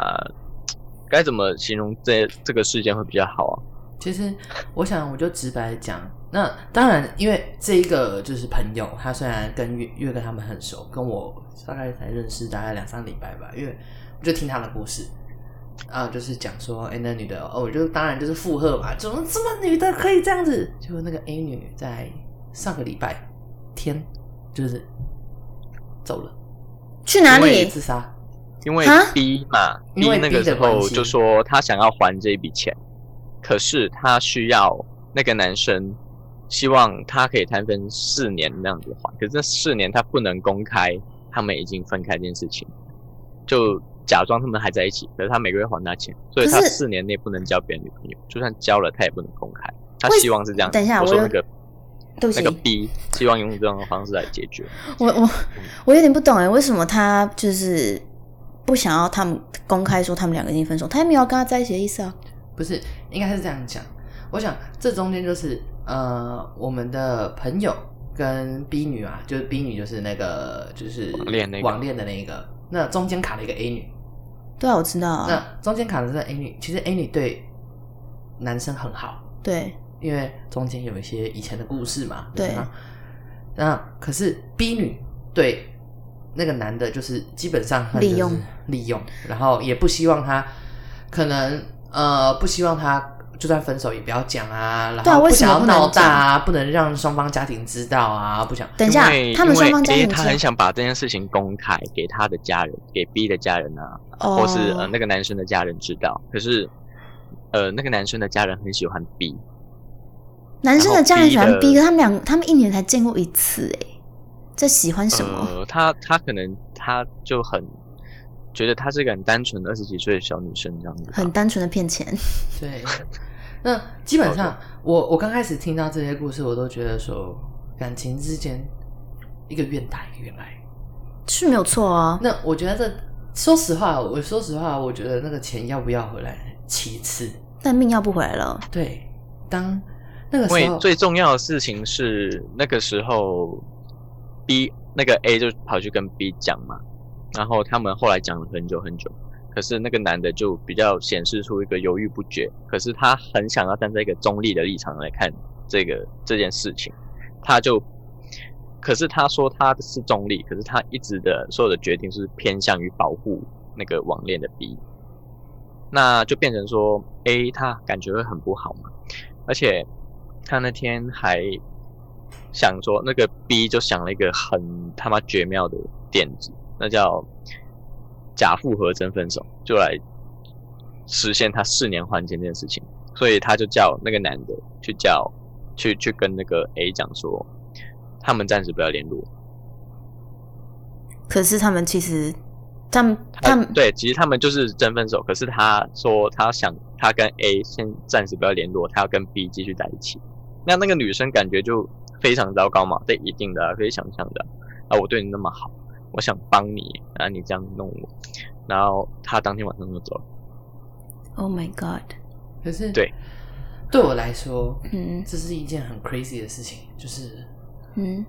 Speaker 3: 该怎么形容这这个事件会比较好啊？
Speaker 2: 其实我想，我就直白地讲，那当然，因为这一个就是朋友，他虽然跟月月跟他们很熟，跟我大概才认识大概两三礼拜吧，因为我就听他的故事。啊，就是讲说，哎、那女的，哦，我就当然就是附和嘛，怎么这么女的可以这样子？结果那个 A 女在上个礼拜天就是走了，
Speaker 1: 去哪
Speaker 3: 因
Speaker 1: 里
Speaker 3: 为
Speaker 2: 自杀。
Speaker 3: 因为
Speaker 1: 啊
Speaker 3: B 嘛
Speaker 2: 因为
Speaker 3: ，B 那个
Speaker 2: B 的
Speaker 3: 时
Speaker 2: 关
Speaker 3: 候
Speaker 2: 系
Speaker 3: 就说他想要还这一笔钱，可是他需要那个男生希望他可以摊分四年那样子还，可是这四年他不能公开他们已经分开这件事情，就假装他们还在一起，可是他每个月还他钱，所以
Speaker 1: 可
Speaker 3: 他
Speaker 1: 是
Speaker 3: 四年内不能交别人女朋友，就算交了他也不能公开，他
Speaker 1: 为
Speaker 3: 希望是这样子。
Speaker 1: 等一下
Speaker 3: 我
Speaker 1: 我
Speaker 3: 说
Speaker 1: 有
Speaker 3: 那个
Speaker 1: 对不
Speaker 3: 那个
Speaker 1: 起，
Speaker 3: B 希望用这种方式来解决，
Speaker 1: 我
Speaker 3: 嗯
Speaker 1: 我 我有点不懂哎，为什么他就是不想要他们公开说他们两个已经分手，他也没有要跟他在一起的意思啊。
Speaker 2: 不是，应该是这样讲。我想这中间就是呃，我们的朋友跟 B 女啊，就是 B 女就是那个就是
Speaker 3: 网恋那个
Speaker 2: 网恋的那一个，那中间卡了一个 A 女，
Speaker 1: 对啊，我知道啊，
Speaker 3: 嗯
Speaker 2: 那中间卡的这个 A 女，其实 A 女对男生很好，
Speaker 1: 对，
Speaker 2: 因为中间有一些以前的故事嘛，
Speaker 1: 对
Speaker 2: 就是她。那可是 B 女对那个男的，就是基本上很
Speaker 1: 利
Speaker 2: 就是
Speaker 1: 用
Speaker 2: 利用，然后也不希望他，可能呃不希望他就算分手也不要讲啊，然
Speaker 1: 对啊
Speaker 2: 后
Speaker 1: 为
Speaker 2: 不
Speaker 1: 什
Speaker 2: 想
Speaker 1: 么
Speaker 2: 要
Speaker 1: 不能
Speaker 2: 闹大啊，不能让双方家庭知道啊，不想。
Speaker 1: 等一下
Speaker 3: 因为，
Speaker 1: 他们
Speaker 3: 因为
Speaker 1: 双方家
Speaker 3: A
Speaker 1: 庭
Speaker 3: 他很想把这件事情公开给他的家人，给 B 的家人啊，
Speaker 1: 哦，
Speaker 3: 或是呃那个男生的家人知道。可是，呃，那个男生的家人很喜欢 B，
Speaker 1: 男生的家人喜
Speaker 3: 然
Speaker 1: 欢
Speaker 3: 后
Speaker 1: B，
Speaker 3: B 的
Speaker 1: 可他们两他们一年才见过一次哎，这喜欢什么？
Speaker 3: 呃，他他可能他就很觉得她是个很单纯的二十几岁的小女生这样子吧，
Speaker 1: 很单纯的骗钱，
Speaker 2: 对，那基本上我我刚开始听到这些故事，我都觉得说感情之间一个愿打一个愿挨。
Speaker 1: 是没有错啊。
Speaker 2: 那我觉得这，说实话，我说实话，我觉得那个钱要不要回来其次。
Speaker 1: 但命要不回来了，
Speaker 2: 对，当那个
Speaker 3: 因
Speaker 2: 时
Speaker 3: 为
Speaker 2: 候，
Speaker 3: 最重要的事情是那个时候 B 那个 A 就跑去跟 B 讲嘛，然后他们后来讲了很久很久，可是那个男的就比较显示出一个犹豫不决，可是他很想要站在一个中立的立场来看这个这件事情，他就。可是他说他是中立，可是他一直的所有的决定是偏向于保护那个网恋的 B，那就变成说 A 他感觉会很不好嘛，而且他那天还想说，那个 B 就想了一个很他妈绝妙的点子，那叫假复合真分手，就来实现他四年还钱这件事情。所以他就叫那个男的去叫去去跟那个 A 讲说，他们暂时不要联络。
Speaker 1: 可是他们其实，他们
Speaker 3: 他
Speaker 1: 他们
Speaker 3: 对，其实他们就是真分手，可是他说他想他跟 A 先暂时不要联络，他要跟 B 继续在一起。那那个女生感觉就非常糟糕嘛，这一定的啊、可以想象的啊。啊我对你那么好，我想帮你，啊，你这样弄我，然后他当天晚上就走了。
Speaker 1: Oh my god！
Speaker 2: 可是
Speaker 3: 对，
Speaker 2: 对我来说，
Speaker 1: 嗯
Speaker 2: 这是一件很 crazy 的事情，就是
Speaker 1: 嗯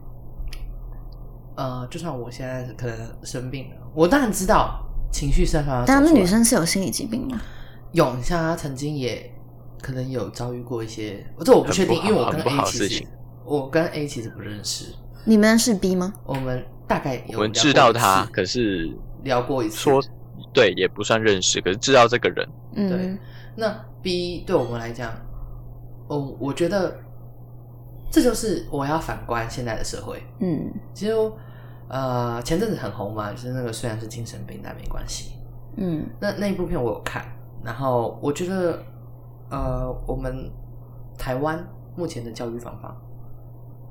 Speaker 2: 呃，就算我现在可能生病了，我当然知道情绪散发，
Speaker 1: 但那女生是有心理疾病啊吗？
Speaker 2: 有，你像她曾经也可能有遭遇过一些，这我不确定，
Speaker 3: 很不好
Speaker 2: 因为我跟
Speaker 3: 很不
Speaker 2: A
Speaker 3: 好的
Speaker 2: 其
Speaker 3: 事
Speaker 2: 实
Speaker 3: 情
Speaker 2: 我跟 A 其实不认识，
Speaker 1: 你们是 B 吗？
Speaker 2: 我们大概有
Speaker 3: 我们
Speaker 2: 聊
Speaker 3: 知
Speaker 2: 过
Speaker 3: 道
Speaker 2: 一
Speaker 3: 他，
Speaker 2: 次
Speaker 3: 可是
Speaker 2: 聊过一次，
Speaker 3: 说对也不算认识，可是知道这个人，
Speaker 1: 嗯
Speaker 2: 对，那 B 对我们来讲，哦，我觉得这就是我要反观现在的社会。
Speaker 1: 嗯
Speaker 2: 其实，呃，前阵子很红嘛，就是那个虽然是精神病，但没关系。
Speaker 1: 嗯
Speaker 2: 那那一部片我有看，然后我觉得，呃，我们台湾目前的教育方法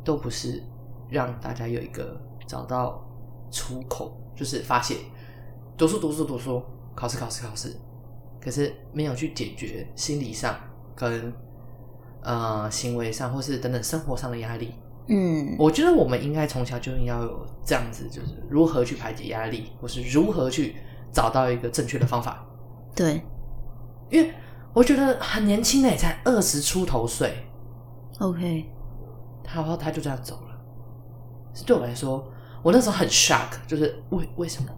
Speaker 2: 都不是让大家有一个找到出口，就是发泄，读书读书读书，考试考试考试，可是没有去解决心理上跟呃行为上或是等等生活上的压力。
Speaker 1: 嗯
Speaker 2: 我觉得我们应该从小就应该有这样子，就是如何去排解压力，或是如何去找到一个正确的方法。
Speaker 1: 对
Speaker 2: 因为我觉得很年轻的，才二十出头岁，
Speaker 1: ，OK，
Speaker 2: 他然后他就这样走了。对我来说，我那时候很 shock，就是为为什么？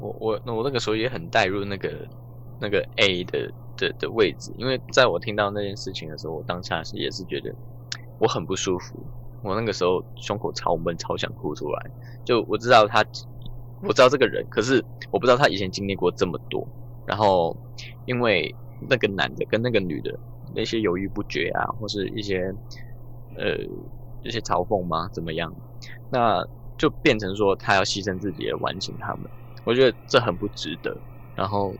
Speaker 3: 我我那我那个时候也很带入那个那个 A 的的的位置，因为在我听到那件事情的时候，我当下是也是觉得我很不舒服，我那个时候胸口超闷，超想哭出来。就我知道他，我知道这个人，可是我不知道他以前经历过这么多。然后因为那个男的跟那个女的那些犹豫不决啊，或是一些呃一些嘲讽吗？怎么样？那就变成说他要牺牲自己来完成他们。我觉得这很不值得，然后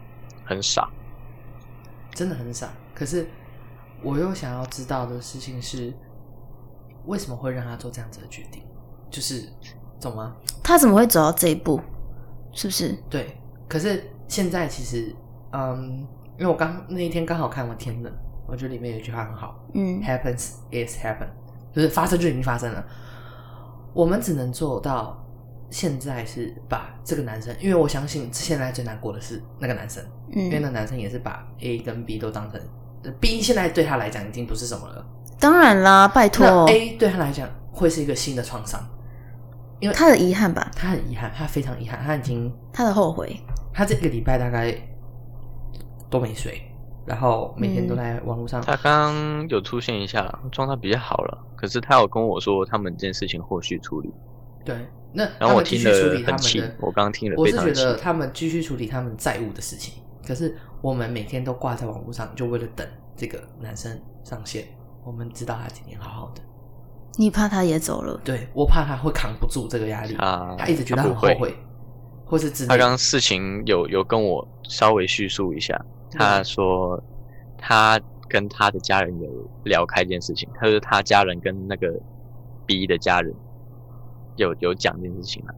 Speaker 3: 很傻。
Speaker 2: 真的很傻。可是我又想要知道的事情是，为什么会让他做这样子的决定？就是懂吗？
Speaker 1: 他怎么会走到这一步？是不是？
Speaker 2: 对，可是现在其实，嗯，因为我刚那一天刚好看完《天冷》，我觉得里面有一句话很好
Speaker 1: 嗯
Speaker 2: ，“happens is happen”，就是发生就已经发生了。我们只能做到现在是把这个男生，因为我相信现在最难过的是那个男生，因为那
Speaker 1: 嗯，
Speaker 2: 男生也是把 A 跟 B 都当成 B，现在对他来讲已经不是什么了，
Speaker 1: 当然啦，拜托
Speaker 2: 那，A 哎对他来讲会是一个新的创伤，因为
Speaker 1: 他的遗憾吧，
Speaker 2: 他很遗憾，他非常遗憾，他已经
Speaker 1: 他的后悔，
Speaker 2: 他这个礼拜大概都没睡，然后每天都在网络上。
Speaker 3: 他刚刚有出现一下，状态比较好了，可是他有跟我说他们这件事情后续处理，
Speaker 2: 对，那
Speaker 3: 然
Speaker 2: 他
Speaker 3: 后我
Speaker 2: 们继
Speaker 3: 听
Speaker 2: 续处
Speaker 3: 得
Speaker 2: 理他
Speaker 3: 很
Speaker 2: 们
Speaker 3: 气
Speaker 2: 的，，
Speaker 3: 我刚刚听了
Speaker 2: 我
Speaker 3: 非
Speaker 2: 是
Speaker 3: 常
Speaker 2: 觉
Speaker 3: 的气。
Speaker 2: 得他们继续处理他们债务的事情，可是我们每天都挂在网络上，就为了等这个男生上线。我们知道他今天好好的，
Speaker 1: 你怕他也走了，
Speaker 2: 对我怕他会扛不住这个压力，
Speaker 3: 啊
Speaker 2: 他一直觉得
Speaker 3: 他
Speaker 2: 很
Speaker 3: 不
Speaker 2: 后
Speaker 3: 会
Speaker 2: 悔，或是自
Speaker 3: 他刚刚事情有有跟我稍微叙述一下，他说他跟他的家人有聊开这件事情，他说他家人跟那个 B 的家人有有讲这件事情啊，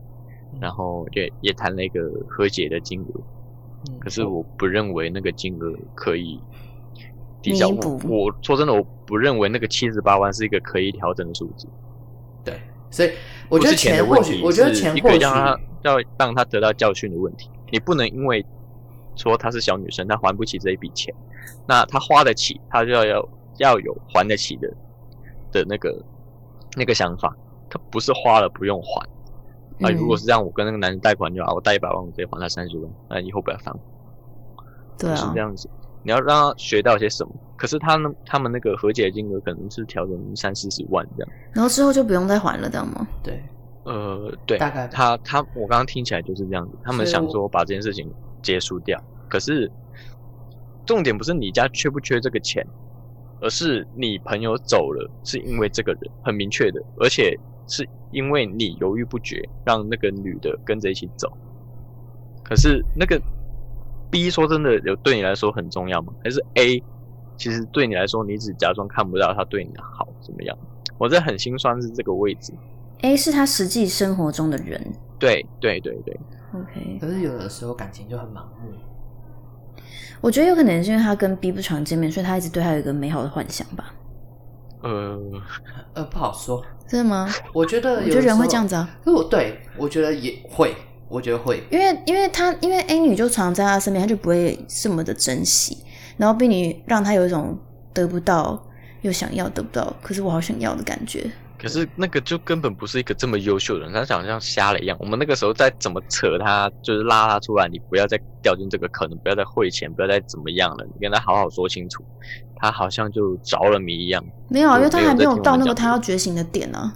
Speaker 3: 然后也也谈了一个和解的金额，
Speaker 2: 嗯
Speaker 3: 可是我不认为那个金额可以抵消。
Speaker 1: 弥
Speaker 3: 我
Speaker 1: 补
Speaker 3: 我说真的，我不认为那个七十八万是一个可以调整的数字。
Speaker 2: 对，所以我觉得
Speaker 3: 不是钱的
Speaker 2: 或
Speaker 3: 问
Speaker 2: 许，
Speaker 3: 题，
Speaker 2: 我觉得
Speaker 3: 是
Speaker 2: 钱
Speaker 3: 一
Speaker 2: 或
Speaker 3: 个
Speaker 2: 许
Speaker 3: 让他要让他得到教训的问题。你不能因为说她是小女生，她还不起这一笔钱，那她花得起，她就要要要有还得起的的那个那个想法。她不是花了不用还。啊，
Speaker 1: 嗯
Speaker 3: 如果是这样，我跟那个男人贷款就好，我贷一百万，我直接还他三十万，那以后不要烦我。
Speaker 1: 对
Speaker 3: 就是
Speaker 1: 啊
Speaker 3: 这，样子。你要让他学到些什么？可是他们他们那个和解金额可能是调整三四十万这样。
Speaker 1: 然后之后就不用再还了，这样吗？
Speaker 2: 对，
Speaker 3: 呃，对，
Speaker 2: 大概吧
Speaker 3: 他他我刚刚听起来就是这样子，他们
Speaker 2: 所以我
Speaker 3: 想说把这件事情结束掉，可是重点不是你家缺不缺这个钱，而是你朋友走了是因为这个人很明确的，而且是因为你犹豫不决让那个女的跟着一起走。可是那个 B 说真的有对你来说很重要吗？还是 A 其实对你来说你只假装看不到他对你的好怎么样？我这很心酸是这个位置。
Speaker 1: A 哎是他实际生活中的人
Speaker 3: 对对对对，
Speaker 1: ，OK。
Speaker 2: 可是有的时候感情就很盲目，
Speaker 1: 我觉得有可能是因为他跟 B 不常见面，所以他一直对他有一个美好的幻想吧。
Speaker 3: 呃，
Speaker 2: 呃，不好说。
Speaker 1: 真的吗？
Speaker 2: 我觉得
Speaker 1: 我
Speaker 2: 有
Speaker 1: 觉得人会这样
Speaker 2: 子。
Speaker 1: 子啊，
Speaker 2: 可我对我觉得也会，我觉得会。
Speaker 1: 因为因为他因为 A 女就常在他身边，他就不会这么的珍惜，然后 B 女让他有一种得不到又想要得不到，可是我好想要的感觉。
Speaker 3: 可是那个就根本不是一个这么优秀的人，他长得像瞎了一样。我们那个时候再怎么扯他，就是拉他出来，你不要再掉进这个坑，不要再汇钱，不要再怎么样了，你跟他好好说清楚。他好像就着了迷一样。
Speaker 1: 没有啊，因为他还没有到那
Speaker 3: 没有在听我
Speaker 1: 个
Speaker 3: 们
Speaker 1: 他要觉醒的点啊，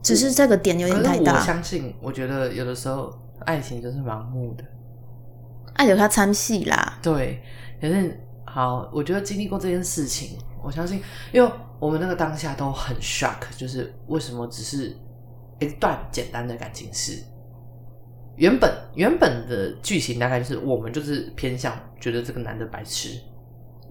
Speaker 1: 只是这个点有
Speaker 2: 可
Speaker 1: 点太
Speaker 2: 是我
Speaker 1: 大。
Speaker 2: 相信，我觉得有的时候爱情就是盲目的。
Speaker 1: 爱有他参戏啦，
Speaker 2: 对，可是好，我觉得经历过这件事情，我相信，因为我们那个当下都很 shock，就是为什么只是一段简单的感情事。原本原本的剧情大概就是我们就是偏向觉得这个男的白痴，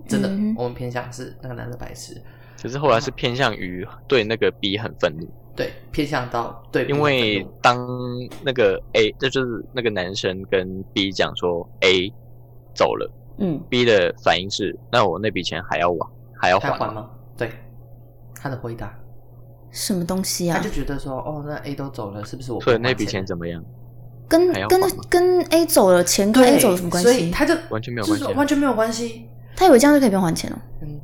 Speaker 2: 真的，
Speaker 1: 嗯哼
Speaker 2: 我们偏向是那个男的白痴，
Speaker 3: 可是后来是偏向于对那个 B 很愤怒，
Speaker 2: 对，偏向到对，
Speaker 3: 因为当那个 A，这就是那个男生跟 B 讲说 A 走了
Speaker 1: 嗯，
Speaker 3: ，B 的反应是，那我那笔钱还要还，还要
Speaker 2: 他
Speaker 3: 还
Speaker 2: 还
Speaker 3: 吗？
Speaker 2: 吗？对，他的回答，
Speaker 1: 什么东西
Speaker 2: 他
Speaker 1: 啊
Speaker 2: 就？觉得说，哦，那 A 都走了，是不是我不
Speaker 3: 所以
Speaker 2: 还
Speaker 3: 那笔
Speaker 2: 钱
Speaker 3: 钱怎么样？
Speaker 1: 跟
Speaker 3: 还要
Speaker 1: 跟
Speaker 3: 还吗
Speaker 1: 跟 A 走了，钱跟
Speaker 2: 对
Speaker 1: A 走有什么关
Speaker 2: 所以
Speaker 1: 系？
Speaker 2: 他就
Speaker 3: 完全没有
Speaker 2: 就
Speaker 3: 关
Speaker 2: 是
Speaker 3: 系啊
Speaker 2: 完全没有关系。
Speaker 1: 他以为这样就可以不用还钱哦了、
Speaker 2: 嗯，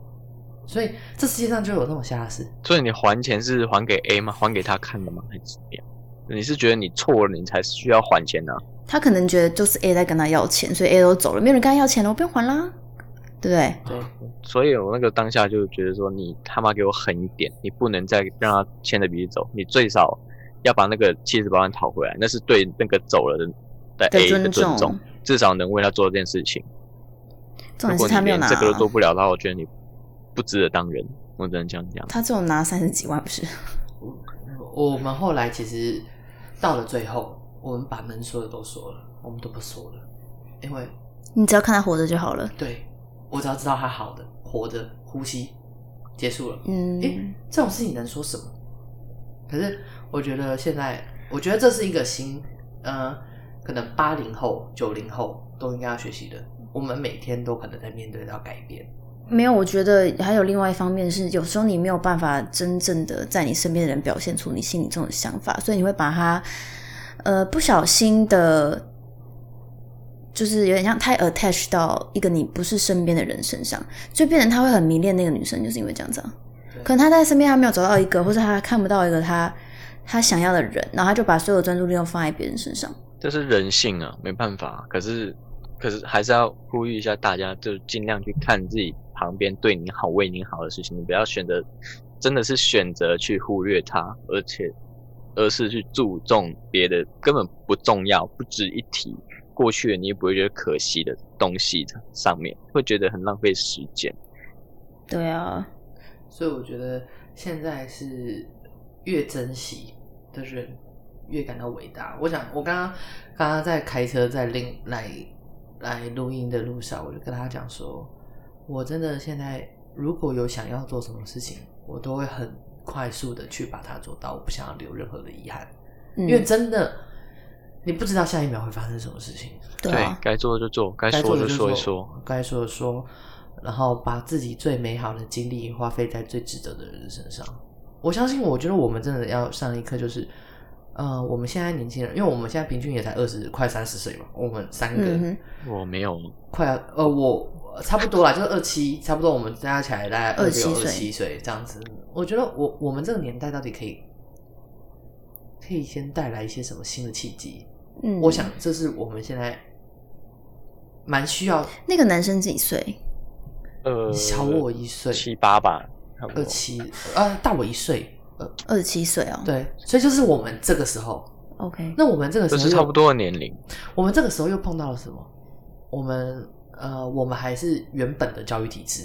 Speaker 2: 所以这世界上就有那种瞎事。
Speaker 3: 所以你还钱是还给 A 吗？还给他看的吗？还是怎么样？你是觉得你错了，你才需要还钱啊呢、
Speaker 1: 他可能觉得就是 A 在跟他要钱，所以 A 都走了，没有人跟他要钱了，我哦不用还啦，对不对？
Speaker 2: 对，
Speaker 3: 啊所以我那个当下就觉得说，你他妈给我狠一点，你不能再让他牵着鼻子走，你最少要把那个七十八万讨回来，那是对那个走了的的
Speaker 1: 的
Speaker 3: A 的
Speaker 1: 尊
Speaker 3: 尊重
Speaker 1: 重，
Speaker 3: 至少能为他做这件事情。
Speaker 1: 重点
Speaker 3: 如果
Speaker 1: 是
Speaker 3: 你
Speaker 1: 他没有
Speaker 3: 连
Speaker 1: 拿
Speaker 3: 这，个都做不了的话，我觉得你不值得当人，我只能这样讲。
Speaker 1: 他只有拿三十几万，不是？
Speaker 2: 我们后来其实到了最后，我们把能说的都说了，我们都不说了，因为
Speaker 1: 你只要看他活着就好了。
Speaker 2: 对我只要知道他好的、活着、呼吸，结束了。
Speaker 1: 嗯，
Speaker 2: 诶，这种事情能说什么？可是我觉得现在，我觉得这是一个新，呃，可能八零后、九零后都应该要学习的。我们每天都可能在面对到改变，
Speaker 1: 没有，我觉得还有另外一方面是，有时候你没有办法真正的在你身边的人表现出你心里这种想法，所以你会把它，呃，不小心的，就是有点像太 attach 到一个你不是身边的人身上，就变成他会很迷恋那个女生，就是因为这样子、啊。
Speaker 2: 对
Speaker 1: 可能他在身边还没有找到一个，或者他看不到一个他他想要的人，然后他就把所有专注力都放在别人身上。
Speaker 3: 这是人性啊，没办法。可是，可是还是要呼吁一下大家，就尽量去看自己旁边对你好、为你好的事情，你不要选择，真的是选择去忽略它，而且而是去注重别的根本不重要、不值一提、过去的你也不会觉得可惜的东西上面，会觉得很浪费时间。
Speaker 1: 对啊，
Speaker 2: 所以我觉得现在是越珍惜的人越感到伟大。我想，我刚刚刚刚在开车在另来来录音的路上，我就跟他讲说，我真的现在如果有想要做什么事情，我都会很快速的去把它做到，我不想要留任何的遗憾，
Speaker 1: 嗯，
Speaker 2: 因为真的你不知道下一秒会发生什么事情。
Speaker 1: 对啊，
Speaker 3: 该做的就做，该
Speaker 2: 该
Speaker 3: 说
Speaker 2: 做
Speaker 3: 的
Speaker 2: 的
Speaker 3: 就说一说。，
Speaker 2: 该说的说，然后把自己最美好的精力花费在最值得的人身上。我相信，我觉得我们真的要上一课，就是，呃，我们现在年轻人，因为我们现在平均也才二十快三十岁嘛，我们三个、
Speaker 1: 嗯哼
Speaker 3: 我没有，
Speaker 2: 快要呃，我差不多啦，就是二七，差不多我们加起来大概二六、
Speaker 1: 27
Speaker 2: 二
Speaker 1: 岁
Speaker 2: 七岁这样子。我觉得我我们这个年代到底可以，可以先带来一些什么新的契机？
Speaker 1: 嗯，
Speaker 2: 我想这是我们现在蛮需要
Speaker 1: 那个男生几岁？
Speaker 3: 呃，
Speaker 2: 小我一岁，
Speaker 3: 七哦八吧，差不
Speaker 2: 二
Speaker 3: 多
Speaker 2: 七，呃，大我一岁，呃，
Speaker 1: 二十七岁哦。
Speaker 2: 对，所以就是我们这个时候，
Speaker 1: ，OK，
Speaker 2: 那我们这个时
Speaker 3: 这
Speaker 2: 候
Speaker 3: 是
Speaker 2: 又
Speaker 3: 差不多的年龄。
Speaker 2: 我们这个时候又碰到了什么？我们呃，我们还是原本的教育体制，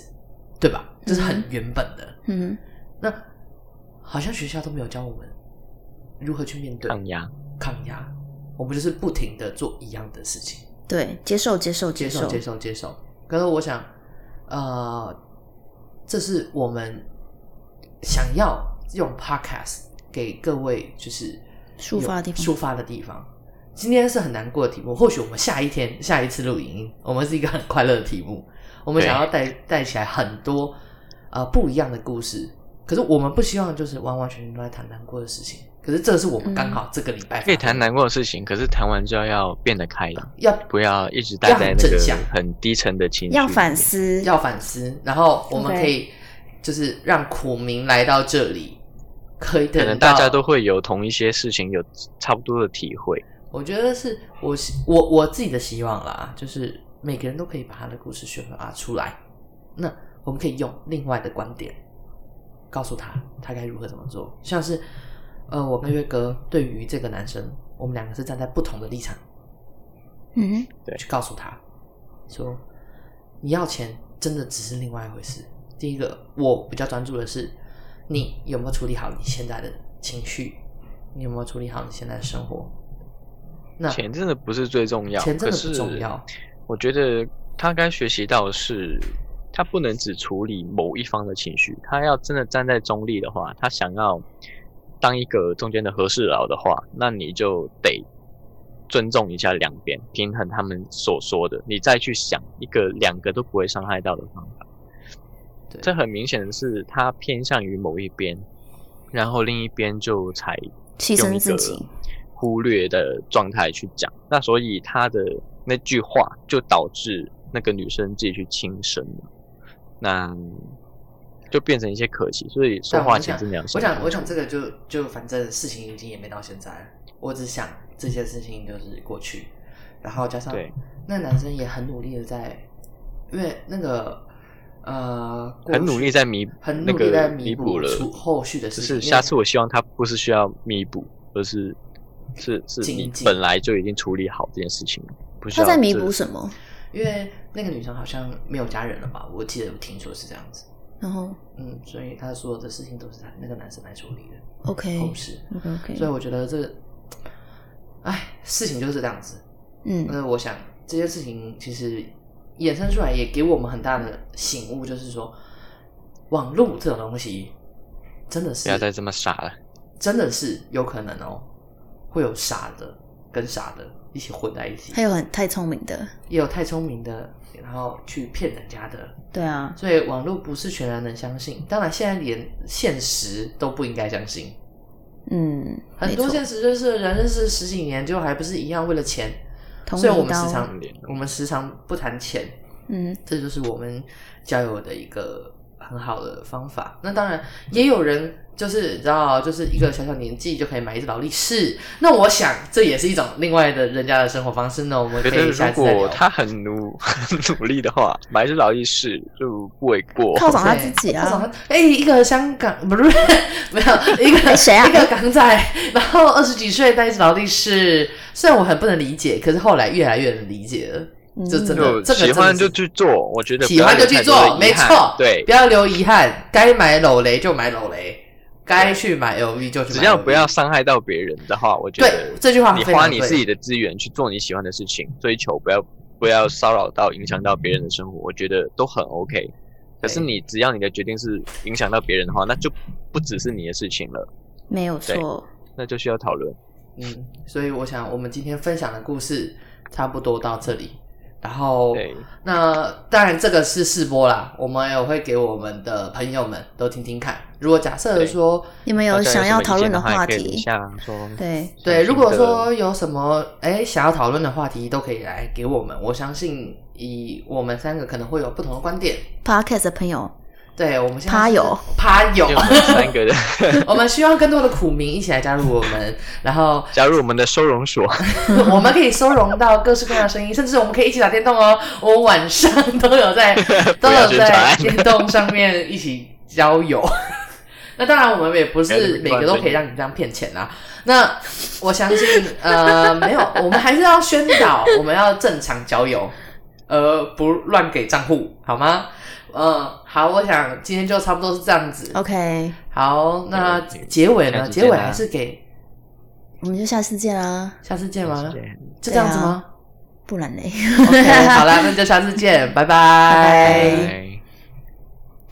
Speaker 2: 对吧？就是很原本的，
Speaker 1: 嗯哼。
Speaker 2: 那好像学校都没有教我们如何去面对
Speaker 3: 抗压，
Speaker 2: 抗压，我们就是不停的做一样的事情。
Speaker 1: 对，接受，接受，
Speaker 2: 接受
Speaker 1: 受，
Speaker 2: 接受接受。可是我想，呃，这是我们想要用 podcast 给各位就是
Speaker 1: 抒发的地方
Speaker 2: 有抒发的地方。今天是很难过的题目，或许我们下一天下一次录影，我们是一个很快乐的题目。我们
Speaker 3: 对
Speaker 2: 想要带带起来很多呃不一样的故事，可是我们不希望就是完完全全都在谈难过的事情。可是这是我们刚好这个礼拜
Speaker 3: 嗯可以谈难过的事情，可是谈完就要变得开朗，
Speaker 2: 要
Speaker 3: 不要一直待在那
Speaker 2: 要很正
Speaker 3: 个
Speaker 2: 向
Speaker 3: 很低沉的情绪。
Speaker 4: 要反。思，
Speaker 2: 要反思，然后我们
Speaker 4: OK
Speaker 2: 可以就是让苦民来到这里，可以
Speaker 3: 可
Speaker 2: 等
Speaker 3: 能
Speaker 2: 到
Speaker 3: 大家都会有同一些事情有差不多的体会，
Speaker 2: 我觉得是我希我我自己的希望啦，就是每个人都可以把他的故事宣发出来。那我们可以用另外的观点告诉他他该如何怎么做。像是呃，我跟月哥对于这个男生，我们两个是站在不同的立场
Speaker 4: 嗯
Speaker 2: 去告诉他说，你要钱真的只是另外一回事。第一个，我比较专注的是你有没有处理好你现在的情绪，你有没有处理好你现在的生活。那
Speaker 3: 钱真的不是最重要，
Speaker 2: 啊钱真
Speaker 3: 可
Speaker 2: 的不
Speaker 3: 是
Speaker 2: 重要。
Speaker 3: 我觉得他该学习到的是，他不能只处理某一方的情绪，他要真的站在中立的话，他想要当一个中间的和事佬的话，那你就得尊重一下两边，平衡他们所说的，你再去想一个两个都不会伤害到的方法。
Speaker 2: 对
Speaker 3: 这很明显的是他偏向于某一边，然后另一边就才
Speaker 4: 牺
Speaker 3: 用
Speaker 4: 牲
Speaker 3: 一
Speaker 4: 自
Speaker 3: 个
Speaker 4: 己，
Speaker 3: 忽略的状态去讲，那所以他的那句话就导致那个女生自己去轻生了，那就变成一些可惜，所以说话前真的要
Speaker 2: 我
Speaker 3: 慎
Speaker 2: 想，我
Speaker 3: 重。
Speaker 2: 想这个就就反正事情已经也没到现在了，我只想这些事情就是过去，然后加上
Speaker 3: 对
Speaker 2: 那男生也很努力的在，因为那个呃，过
Speaker 3: 很努
Speaker 2: 去
Speaker 3: 力在弥
Speaker 2: 很
Speaker 3: 那
Speaker 2: 努力在
Speaker 3: 个
Speaker 2: 弥
Speaker 3: 补了
Speaker 2: 出后续的
Speaker 3: 只
Speaker 2: 事
Speaker 3: 是
Speaker 2: 情。
Speaker 3: 下次我希望他不是需要弥补，而是是是
Speaker 2: 仅
Speaker 3: 你
Speaker 2: 仅
Speaker 3: 本来就已经处理好这件事情了，不需
Speaker 4: 他
Speaker 3: 要
Speaker 4: 在弥
Speaker 3: 这
Speaker 4: 补什么？
Speaker 2: 因为因为那个女生好像没有家人了吧？我记得我听说是这样子，
Speaker 4: 然后
Speaker 2: 嗯，所以她所有的事情都是她那个男生来处理的
Speaker 4: OK
Speaker 2: 后事，
Speaker 4: OK OK，
Speaker 2: 哦所以我觉得这个，哎，事情就是这样子。
Speaker 4: 嗯
Speaker 2: 那我想这些事情其实衍生出来，也给我们很大的醒悟，就是说，网络这种东西真的
Speaker 3: 不
Speaker 2: 是
Speaker 3: 要再这么傻了。
Speaker 2: 真的是有可能哦，会有傻的跟傻的一起混在一起，
Speaker 4: 还有很太聪明的，
Speaker 2: 也有太聪明的，然后去骗人家的。
Speaker 4: 对啊，
Speaker 2: 所以网络不是全然能相信，当然现在连现实都不应该相信。
Speaker 4: 嗯，
Speaker 2: 很
Speaker 4: 没
Speaker 2: 多
Speaker 4: 错
Speaker 2: 现实认识的人认识十几年，就还不是一样为了钱。
Speaker 4: 同
Speaker 2: 所以我
Speaker 4: 理
Speaker 2: 们时
Speaker 4: 刀，
Speaker 2: 常我们时常不谈钱，
Speaker 4: 嗯
Speaker 2: 这就是我们交友的一个很好的方法。那当然，也有人就是你知道，就是一个小小年纪就可以买一只劳力士。那我想这也是一种另外的人家的生活方式呢。我们
Speaker 3: 觉
Speaker 2: 可
Speaker 3: 得
Speaker 2: 以下
Speaker 3: 如
Speaker 2: 次再聊
Speaker 3: 果。他很努 很努力的话，买一只劳力士就不为过。
Speaker 4: 犒赏他自己
Speaker 2: 犒赏
Speaker 4: 啊，
Speaker 2: 他哎、一个香港 不是没有一个
Speaker 4: 哎谁啊
Speaker 2: 一个港仔，然后二十几岁带一只劳力士。虽然我很不能理解，可是后来越来越能理解了。
Speaker 4: 嗯
Speaker 2: 这真的
Speaker 3: 就
Speaker 2: 这个
Speaker 3: 喜
Speaker 2: 真的
Speaker 3: 欢
Speaker 2: 是
Speaker 3: 就去做，我觉得
Speaker 2: 喜欢就去
Speaker 3: 不要有
Speaker 2: 做，
Speaker 3: 太多的
Speaker 2: 没
Speaker 3: 遗憾
Speaker 2: 错，
Speaker 3: 对
Speaker 2: 不，要留遗憾，该买楼雷就买楼雷，该去买 LV 就去买 LV，
Speaker 3: 只要不要伤害到别人的话，我觉
Speaker 2: 对
Speaker 3: 得
Speaker 2: 这句话
Speaker 3: 你
Speaker 2: 非常
Speaker 3: 花你
Speaker 2: 对
Speaker 3: 自己的资源去做你喜欢的事情，追求不要不要骚扰到影响到别人的生活，我觉得都很 OK。可是你只要你的决定是影响到别人的话，那就不只是你的事情了，
Speaker 4: 没有错，
Speaker 3: 那就需要讨论。
Speaker 2: 嗯，所以我想我们今天分享的故事差不多到这里，然后
Speaker 3: 对，
Speaker 2: 那当然这个是试播啦，我们也会给我们的朋友们都听听看，如果假设
Speaker 3: 对
Speaker 2: 说。
Speaker 4: 你们有
Speaker 3: 大家
Speaker 4: 想
Speaker 3: 什么
Speaker 4: 要
Speaker 3: 意
Speaker 4: 讨论
Speaker 3: 见的
Speaker 4: 话
Speaker 3: 话，可以留
Speaker 4: 题？
Speaker 3: 下说
Speaker 4: 对，
Speaker 2: 对，如果
Speaker 3: 新的
Speaker 2: 说有什么哎想要讨论的话题，都可以来给我们。我相信以我们三个可能会有不同的观点。
Speaker 4: Podcast 的朋友，
Speaker 2: 对，我们现在
Speaker 4: 趴
Speaker 2: 是
Speaker 4: 友
Speaker 2: 趴友
Speaker 3: 因为，我们三个人
Speaker 2: 我们需要更多的苦民一起来加入我们，然后
Speaker 3: 加入我们的收容所，
Speaker 2: 我们可以收容到各式各样的声音，甚至我们可以一起打电动哦。我们晚上都有 在都有
Speaker 3: 宣
Speaker 2: 在
Speaker 3: 传
Speaker 2: 电动上面一起交友。 那当然，我们也不是每个都可以让你这样骗钱啊。那我相信， 呃，没有，我们还是要宣导，我们要正常交友，而不乱给账户，好吗？嗯，好，我想今天就差不多是这样子。
Speaker 4: OK，
Speaker 2: 好，那
Speaker 3: 对对
Speaker 2: 结尾
Speaker 3: 下
Speaker 2: 呢？
Speaker 3: 次
Speaker 2: 结
Speaker 3: 见
Speaker 2: 尾
Speaker 3: 啦
Speaker 2: 还是给
Speaker 4: 我们就下次见啦，
Speaker 2: 下次见吗？就
Speaker 4: 对
Speaker 2: 这样子
Speaker 4: 啊
Speaker 2: 吗
Speaker 4: 不然嘞。
Speaker 2: ？OK，好啦，那就下次见，拜
Speaker 4: 拜
Speaker 2: 拜
Speaker 4: 拜。
Speaker 3: 哎